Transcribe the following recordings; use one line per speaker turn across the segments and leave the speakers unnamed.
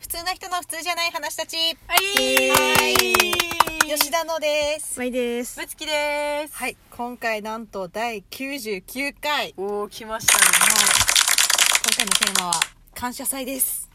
普通な人の普通じゃない話たち
はい
吉田のです
まいです
むつきです。
はい今回なんと第99回今
おー、来ましたね。
回のテーマは「感謝祭」です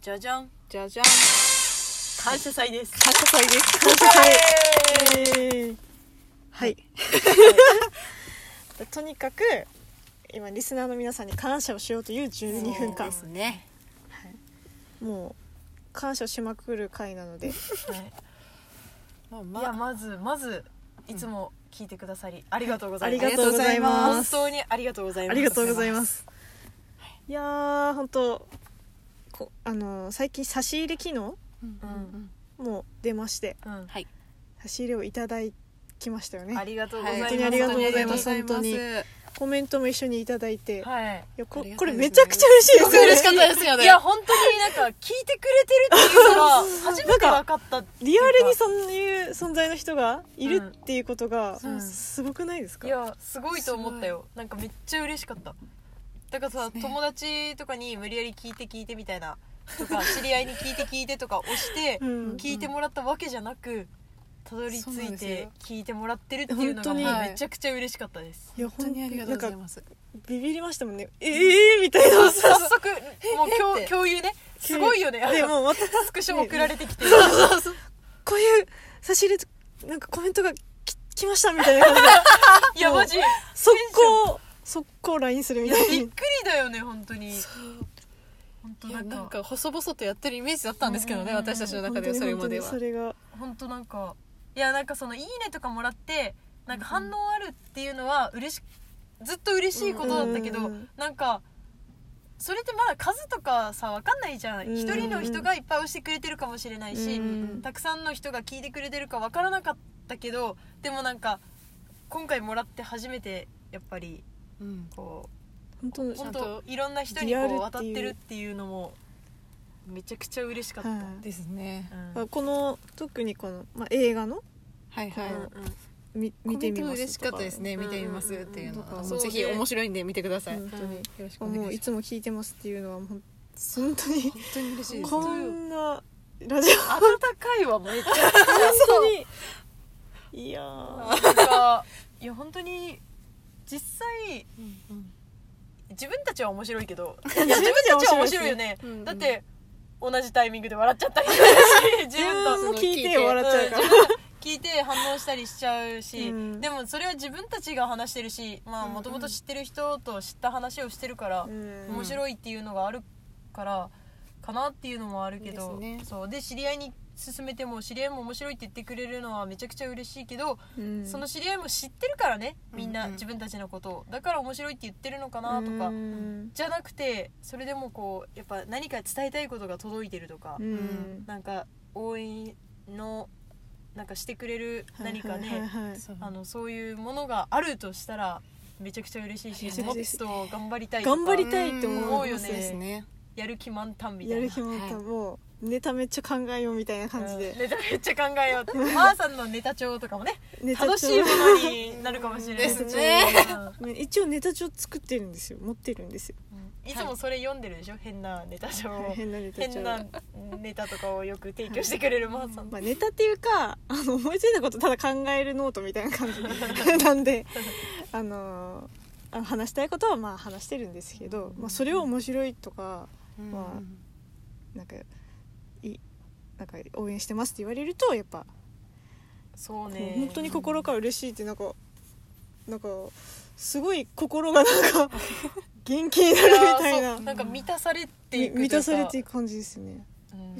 じゃじゃん。
じゃじゃん感
感謝祭です。
謝祭です
感謝祭はい、とにかく今リスナーの皆さんに感謝をしようという12分間
ですね。
もう感謝しまくる回なので
はい。
まあ
いや、まず、まず、いつも聞いてくださり、ありがとうござ
あ
い
り
ます。
がとうございま
本
す
当にありがとうござい
あ
ます。。
りがとうございますすいやー本当こあのー最近差し入れ機能
うんうん
も出まして
うん。
はい
差し入れをいただきましたよ
あ
ね
りがとうございま
本
す。
当にあ
りがとうございます
ありがとうございま
コメントも一緒にいただいて、
す
い、
はい。
や
あ
こ
りがとう
こ
ござ
れ
い
め
ます
ちゃくちゃ嬉しいですよね
嬉しかったですよね
いや、本当になんか、聞いてくれてるっていうのが、 初めて分かった。
リアルにそういう存在の人がいるっていうことが
うん
すごくないですか、
いやすごいと思ったよなんかめっちゃ嬉しかっただからさ、
ね
友達とかに無理やり聞いて聞いてみたいなとか知り合いに聞いて聞いてとか押して
うん
聞いてもらったわけじゃなくたどり
そうな
着
ん
い
です
て
よ
聞いてもらってるっていうのがもう
本
当に
めちゃくちゃ嬉しかったです
いや
本当にありがとうござい
なんか
ます
ビビりましたもんねええー、みた いな
早速もう
ええ
共
って
共有ねすごいよねあ
で
の
もうまた
スクショ送られてきて
こういう差し入れなんかコメントがき来ましたみたい な感じで
いやマジいや
速攻速攻 LINE するみた
びっ
い
く
に
りだよね本当に本当
い
な
や
ん
なん
か
か細々とやってるイメージだったんですけどね
うんうんうん
私たちの中ではそれまでは
本当に本当にそれが
本当なんかいやなんかその「いいね」とかもらってなんか反応あるっていうのは嬉しずっと嬉しいことだったけど、
うんうん
なんかそれってまだ数とかさ分かんないじゃん
うん
一、人の人がいっぱい押してくれてるかもしれないし、
うんうん
たくさんの人が聞いてくれてるか分からなかったけどでもなんか今回もらって初めてやっぱり
うん
こ
本当
う
に
ちゃ
本
んと
当いろんな人に
リアルって
こ
いうう
渡ってるっていうのもめちゃくちゃ嬉しかった。
は
ですね
うん
いまあこの特にこの、まあ、映画の
はいは
う
い
んうん
み
コ
見
メ
て
ン
み
ト
ます
嬉しかったですね
と
見
か
てみますっていうの
うんうんうん
もうぜひ面白いんで見てくださいよ
本当に、
ろしくお願いし
もう
ま
い
す
つも聞いてますっていうのはもう本当に
本当に嬉しいです
こんなラジオ
温かいわめっちゃ
本当にいやー
なんかいや本当に実際自分たちは面白いけどいや自分たちは面白いよね、
うんうん
だって同じタイミングで笑っちゃったりするし 自
自
分
分
と
も聞いて笑っちゃうか
ん
ら、
自分が聞いて反応したりしちゃうし、
うん
でもそれは自分たちが話してるしまあ
うん
もともと知ってる人と知った話をしてるから、
うん
面白いっていうのがあるからかなっていうのもあるけど
ですね
そうで知り合いに勧めても知り合いも面白いって言ってくれるのはめちゃくちゃ嬉しいけど、
うん
その知り合いも知ってるからね
う
みん
んう
なん自分たちのことをだから面白いって言ってるのかなとか、
うん
じゃなくてそれでもこうやっぱ何か伝えたいことが届いてるとか、
うん
なんか応援のなんかしてくれる
はい
何かね、
はいはいはい
あのそういうものがあるとしたらめちゃくちゃ嬉しい
め
し
ちゃ
も
く
っ
ちゃ嬉しい
と頑張りたいとか
頑張りたいって思
う
い
よね
ます
そうですね
やる気満タンみた
や
いな
る気も多分もうネタめっちゃ考えようみたいな感じ
うん
で、
ネタめっちゃ考えようって まーさんのネタ帳とかもね
ネタ
楽しい ものになるかもしれない
ですね
うん
一応ネタ帳作ってるんですよ持ってるんですよ
いつもそれ読んでるでしょ変なネタ帳を
変なネタ帳
変なネタとかをよく提供してくれるマーさん
まあ、ネタっていうかあの思いついたことただ考えるノートみたいな感 じなんで、あのあの話したいことはまあ話してるんですけど、まあ、それを面白いとか
うん
まなんかいなんか応援してますって言われるとやっぱ、
そう
こう
ね
本当に心から嬉しいってなんかなんかすごい心がな んか元気になるみたい
やー
な
そうなんか満たされてい
み
くという
満
か
たされていく感じですね、
う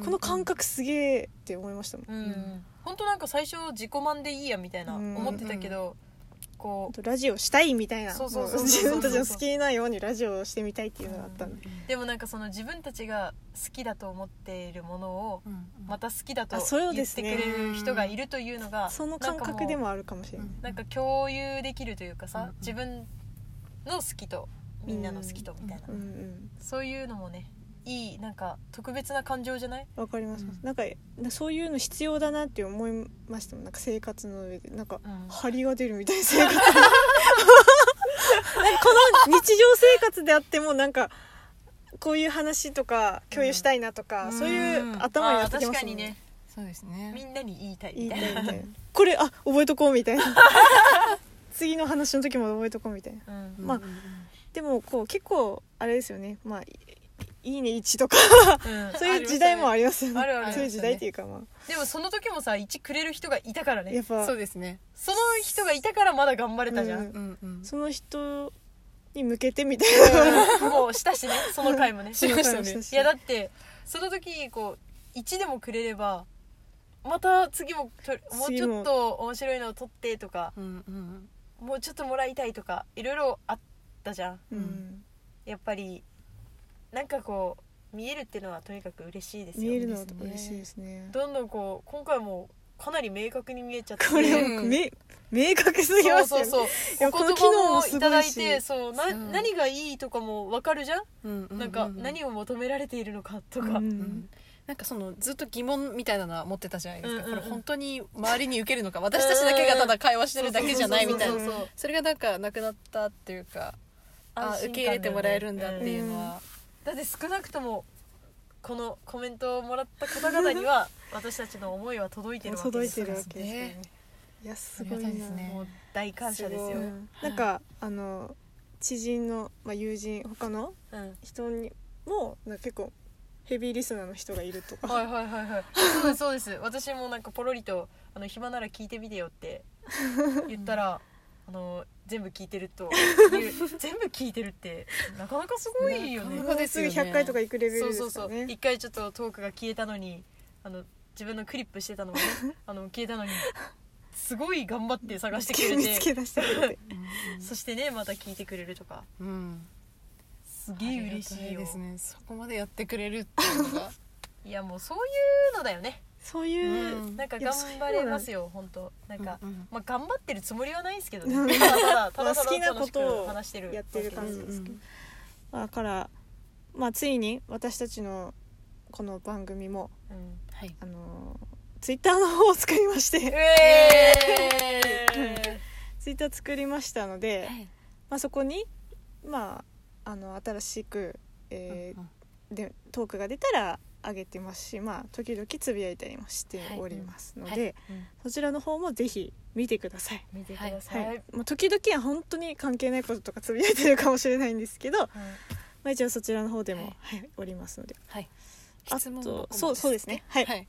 ん
この感覚すげえって思いましたもん、
うん、
うん
本当なんか最初自己満でいいやみたいな
うん
思ってたけど、こ
あとラジオしたいみたいな
そ
も
う
う
そうそうそう
自分たちの好きなようにラジオをしてみたいっていうのがあったんで、
うでもなんかその自分たちが好きだと思っているものをまた好きだと
あそう
言
で
っ
す
てく
ね
れる人がいるというのが
その感覚でもあるかもしれない
なんか共有できるというかさ、
うんうん
自分の好きとみんなの好きとみたいな、
うんうん
そういうのもねいいなんか特別な感情じゃない
わかります、
うん
なんかそういうの必要だなって思いましたもんなんか生活の上でなんか
うん
張りが出るみたい な生活なんかこの日常生活であってもなんかこういう話とか共有したいなとか、
うん
そういう頭に
あー
なってき
確
ま
か
す
に
もんね
ね
そうですね
みんなに言いたい
言
み
い
た
た
い
い
な
みたいなこれあ覚えとこうみたいな 次の話の時も覚えとこうみたいな
うん
まあでもこう結構あれですよねまあいいいね1とか そういう時代もあ
り
りますよね
あるある
そういう時代っていうかまあ
ましたねでもその時もさ1くれる人がいたから
や
ね
っぱ
そうですね
その人がいたからまだ頑張れたじゃん、
う
うん
ん
うんうん
その人に向けてみたいな
もうしたしねその回もね
しましたね
いやだってその時にこう1でもくれればまた次もともう
次
ち
も
ょっと面白いのを撮ってとか
うんうん
もうちょっともらいたいとかいろいろあったじゃん
う
う
んん、
やっぱりなんかこう見えるっていうのはとにかく嬉しいですよ
見えるのは
ですね
嬉しいですね
どんどんこう今回もかなり明確に見えちゃって
これ
う
も
ん
め明確す
そ
ぎま
う
すよ
そうそう
ねいや
お
この
言
機能
葉
も
も
すごいし
いただいてそうな
うん
何がいいとかも分かるじゃん
うんう
なんか何を求められているのかと
う
か
うんんなんかそのずっと疑問みたいなのは持ってたじゃないですか、
うんうんうん
これ本当に周りに受けるのか私たちだけがただ会話してるだけじゃないみたい
そ
な
うそうそうそう
それがなんかなくなったっていうかあ
安心感だよね
受け入れてもらえるんだっていうのは、
だって少なくともこのコメントをもらった方々 には私たちの思いは届いてるわけ
届
で
い
す
て
か
る
ら
わ
そう
け
で
ですすよ
ね
ねいやすごい
ありがたい
な
ですね
もう大感謝です
う
よ
すごい
んなんかあの知人の、まあ、友人他の
うん
人にもなんか結構ヘビーリスナーの人がいるとか
はいはいはい はいそうですそうです私もなんかポロリと「あの暇なら聞いてみてよ」 って言ったらあの全部聞いてると いう全部聞いてるってなかなかすごいよね
なかなかですす
ぐ
よね
100回とか行くレベル
そう
で
そう
す
そ
か
う
ね
一回ちょっとトークが消えたのにあの自分のクリップしてた のがねあの消えたのにすごい頑張って探してく
急
れ
につ
て
け出してくれて
そしてねまた聞いてくれるとか
うんうん
すげえ嬉し
あ
い
りが
よ
たですねそこまでやってくれるっていうのが
いやもうそういうのだよね
そういう、
うん
なんか
いや
頑
そういうの
張れますよ本当なんか
うんうん
まあ、頑張ってるつもりはないんですけど
うん
ねただただた
ま
だただ
あ好きな
楽しく
ことを
話してる
やってる感じですけど
うん、
だから、まあ、ついに私たちのこの番組も
うん
はい
あのツイッターの方を作りまし
う
て
えー
ツイッター作りましたので、
はい
まあ、そこに、まあ、あの新しく、えー
うんうん
でトークが出たら上げてますし、まあ、時々つぶやいたりもしておりますので、
はい
うん
そちらの方もぜひ見てください。
見てくださ、
はいい、もう時々は本当に関係ないこととかつぶやいてるかもしれないんですけど、ま
うん
あ、一応そちらの方でも、
は
はいいおりますので
はい
あと
質問箱も
そうそうですねはい
はい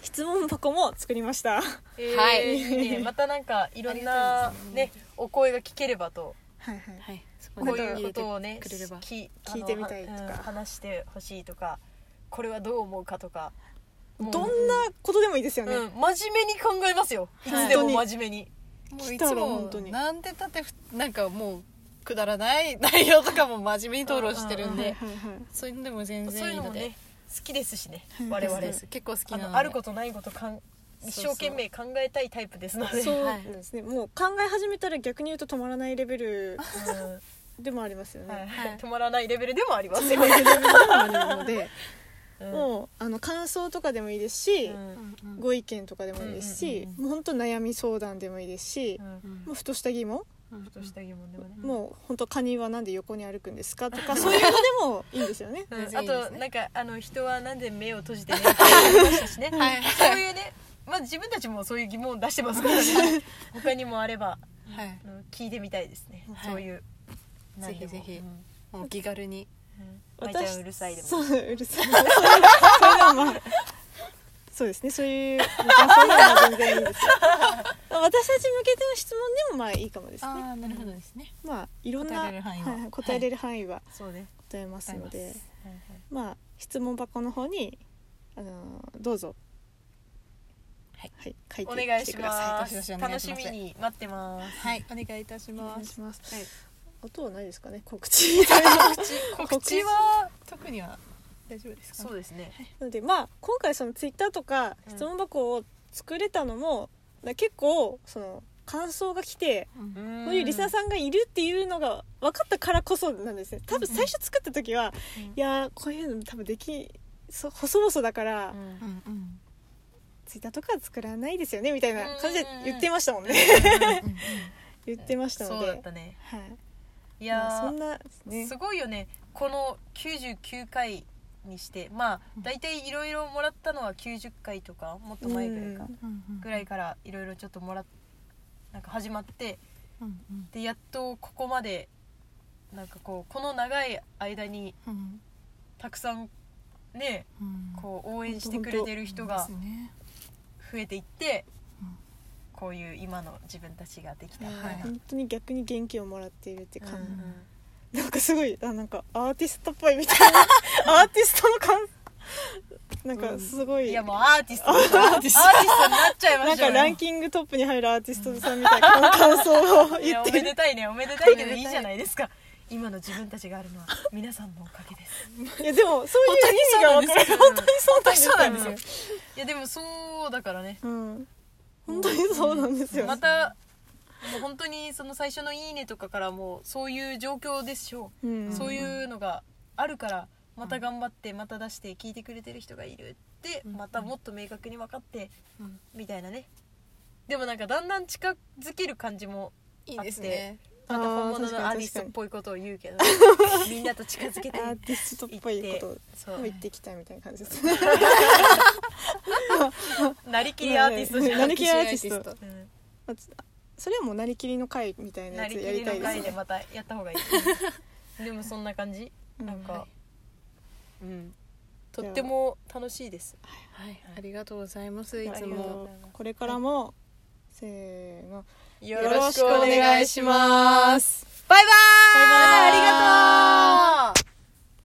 質問箱も作りました。
えー
はい
いいねまたなんかいろん
あ
な
りがたいですね
ねお声が聞ければと
はいはい
はいそ
こ
で
ういうことを
入
ね
れてくれれば
きあの
聞いてみたいとか
うん話してほしいとかこれはどう思うかとかもう
どんなことでもいいですよね、
うん、真面目に考えますよい
はい
つでも真面目に
もうい
来
つ
たら
も
本当に
なんでたってふなんかもうくだらない 内容とかも真面目に討論してるん
はい
で
はいはい
そういうのでも全
そう
然
い
いうい
の
の
も
で
ね好きですしね
は
我
い
々
好きで
結構好き
あ
なので
のあることないことかん
そう
一
そう
生懸命考えたいタイプですので
そううなんですね、もう考え始めたら逆に言うと止まらないレベル
ん
でもありますよね、
はい
はい
止まらないレベルでもありま
止
す
ま
よ、
らないレベルでもあるので、
うん
もうあの感想とかでもいいですし、
うん
うん
ご意見とかでもいいです
う
し、
んうんうん
もう本当悩み相談でもいいですし、
うん
うん
もうふとした疑問、
うん
ふとした疑問でもね、
もう本当カニはなんで横に歩くんですかとかそういうのでもいいんですよね
うん
全然
あ
いいですね
となんかあの人はなんで目を閉じて寝るって言いましたしね、
はい
そういうねまあ自分たちもそういう疑問を出してますからね他にもあれば
はい
あの聞いてみたいですね、
はい
そういう
ぜひぜひもうお気軽に
まいちゃんうるさいでも
そううるさいそれそれでもまあそうですねそういう感想なら全然いい ですよ私たち向けての質問でもまあいいかもですね
あなるほどですね
まあいろんな
答えられる範囲はい
い答えれる範囲は
そうね、
答えますので、
はいはい
まあ質問箱の方にあのーどうぞ
はい、
書い
お
て
願い
きて
し
くださ
ま
どし
す
どしお願い
楽
し
し
ます
みに待ってます
はいお願いいたし
いお願
ま
い
す
します、
はい
あとはないですかね告知みたいなな
告知は
特には大丈夫ですか
そうですね
のでまあ今回そのツイッターとか
うん
質問箱を作れたのも、だ結構その感想が来て
うん
こういうリスナー
ん
さんがいるっていうのが分かったからこそなんですね多分最初作った時は、
うん
いやーこういうの多分できそ細々だから、
うん
うんうん
ツイッターとかは作らないですよねみたいな感じで言ってましたもんね、
うんうん
言ってましたの
そ
で
うだったね
はい
いや
まあそんなです
ー
ね
すごいよねこの99回にしてまあ大体いろいろもらったのは90回とかもっと前ぐらいか、
うん
ぐらいからいろいろちょっともらっなんか始まって
うんうん
でやっとここまでなんかこうこの長い間に
うん
たくさんね
うん
こう応援してくれてる人が
そうですね
増えていって
うん
こういう今の自分たちができた、
はい
うん
本当に逆に元気をもらっているって感
うん
じ、 なんかすごいあなんかアーティストっぽいみた いなアーティストの感なんかすごい、
いやもうアーティストアーティストになっちゃいま
な
し
ん
た
かランキングトップに入るアーティストさんみたいなこの感想を
い
言
や
っ
お
て
め
る
でたいねおめでたいけどいいじゃないですか今の自分たちがある のは皆さんのおかげです
いやでもそういう意味が分か
本
る本
当
当
に
にそうなんですよ
本当にそうなんですいやでもそうだからね
うん本当にそうなんですよ、
またもう本当にその最初の「いいね」とかからもうそういう状況でしょ
う
う、
ん、
そういうのがあるからまた頑張ってまた出して聞いてくれてる人がいるで
うん
またもっと明確に分かって
うん
みたいなねでもなんかだんだん近づける感じも
いいですね
また本物のアーティストっぽいことを言うけどみんなと近づけて
アーティストっぽいこ
そ
とを
う
言っていきたいみたいな感じですね
なりきりアーティストじゃん、
なりきりアーティスト
うん
まあそれはもうなりきりの会みたいな
な
やつ
りき
やり
り
た
の
いです
回
ね
でまたやった方がいいでもそんな感じ
うん
なん
は
か
い、
うん、とっても楽しいです。
はいありがとうございます
い
い
や
つ
ありがとう
も
ございます
これからも、せーの
よ
ろしくお
お願いします
バイバーイ
バイバー
あ
イ
りがとう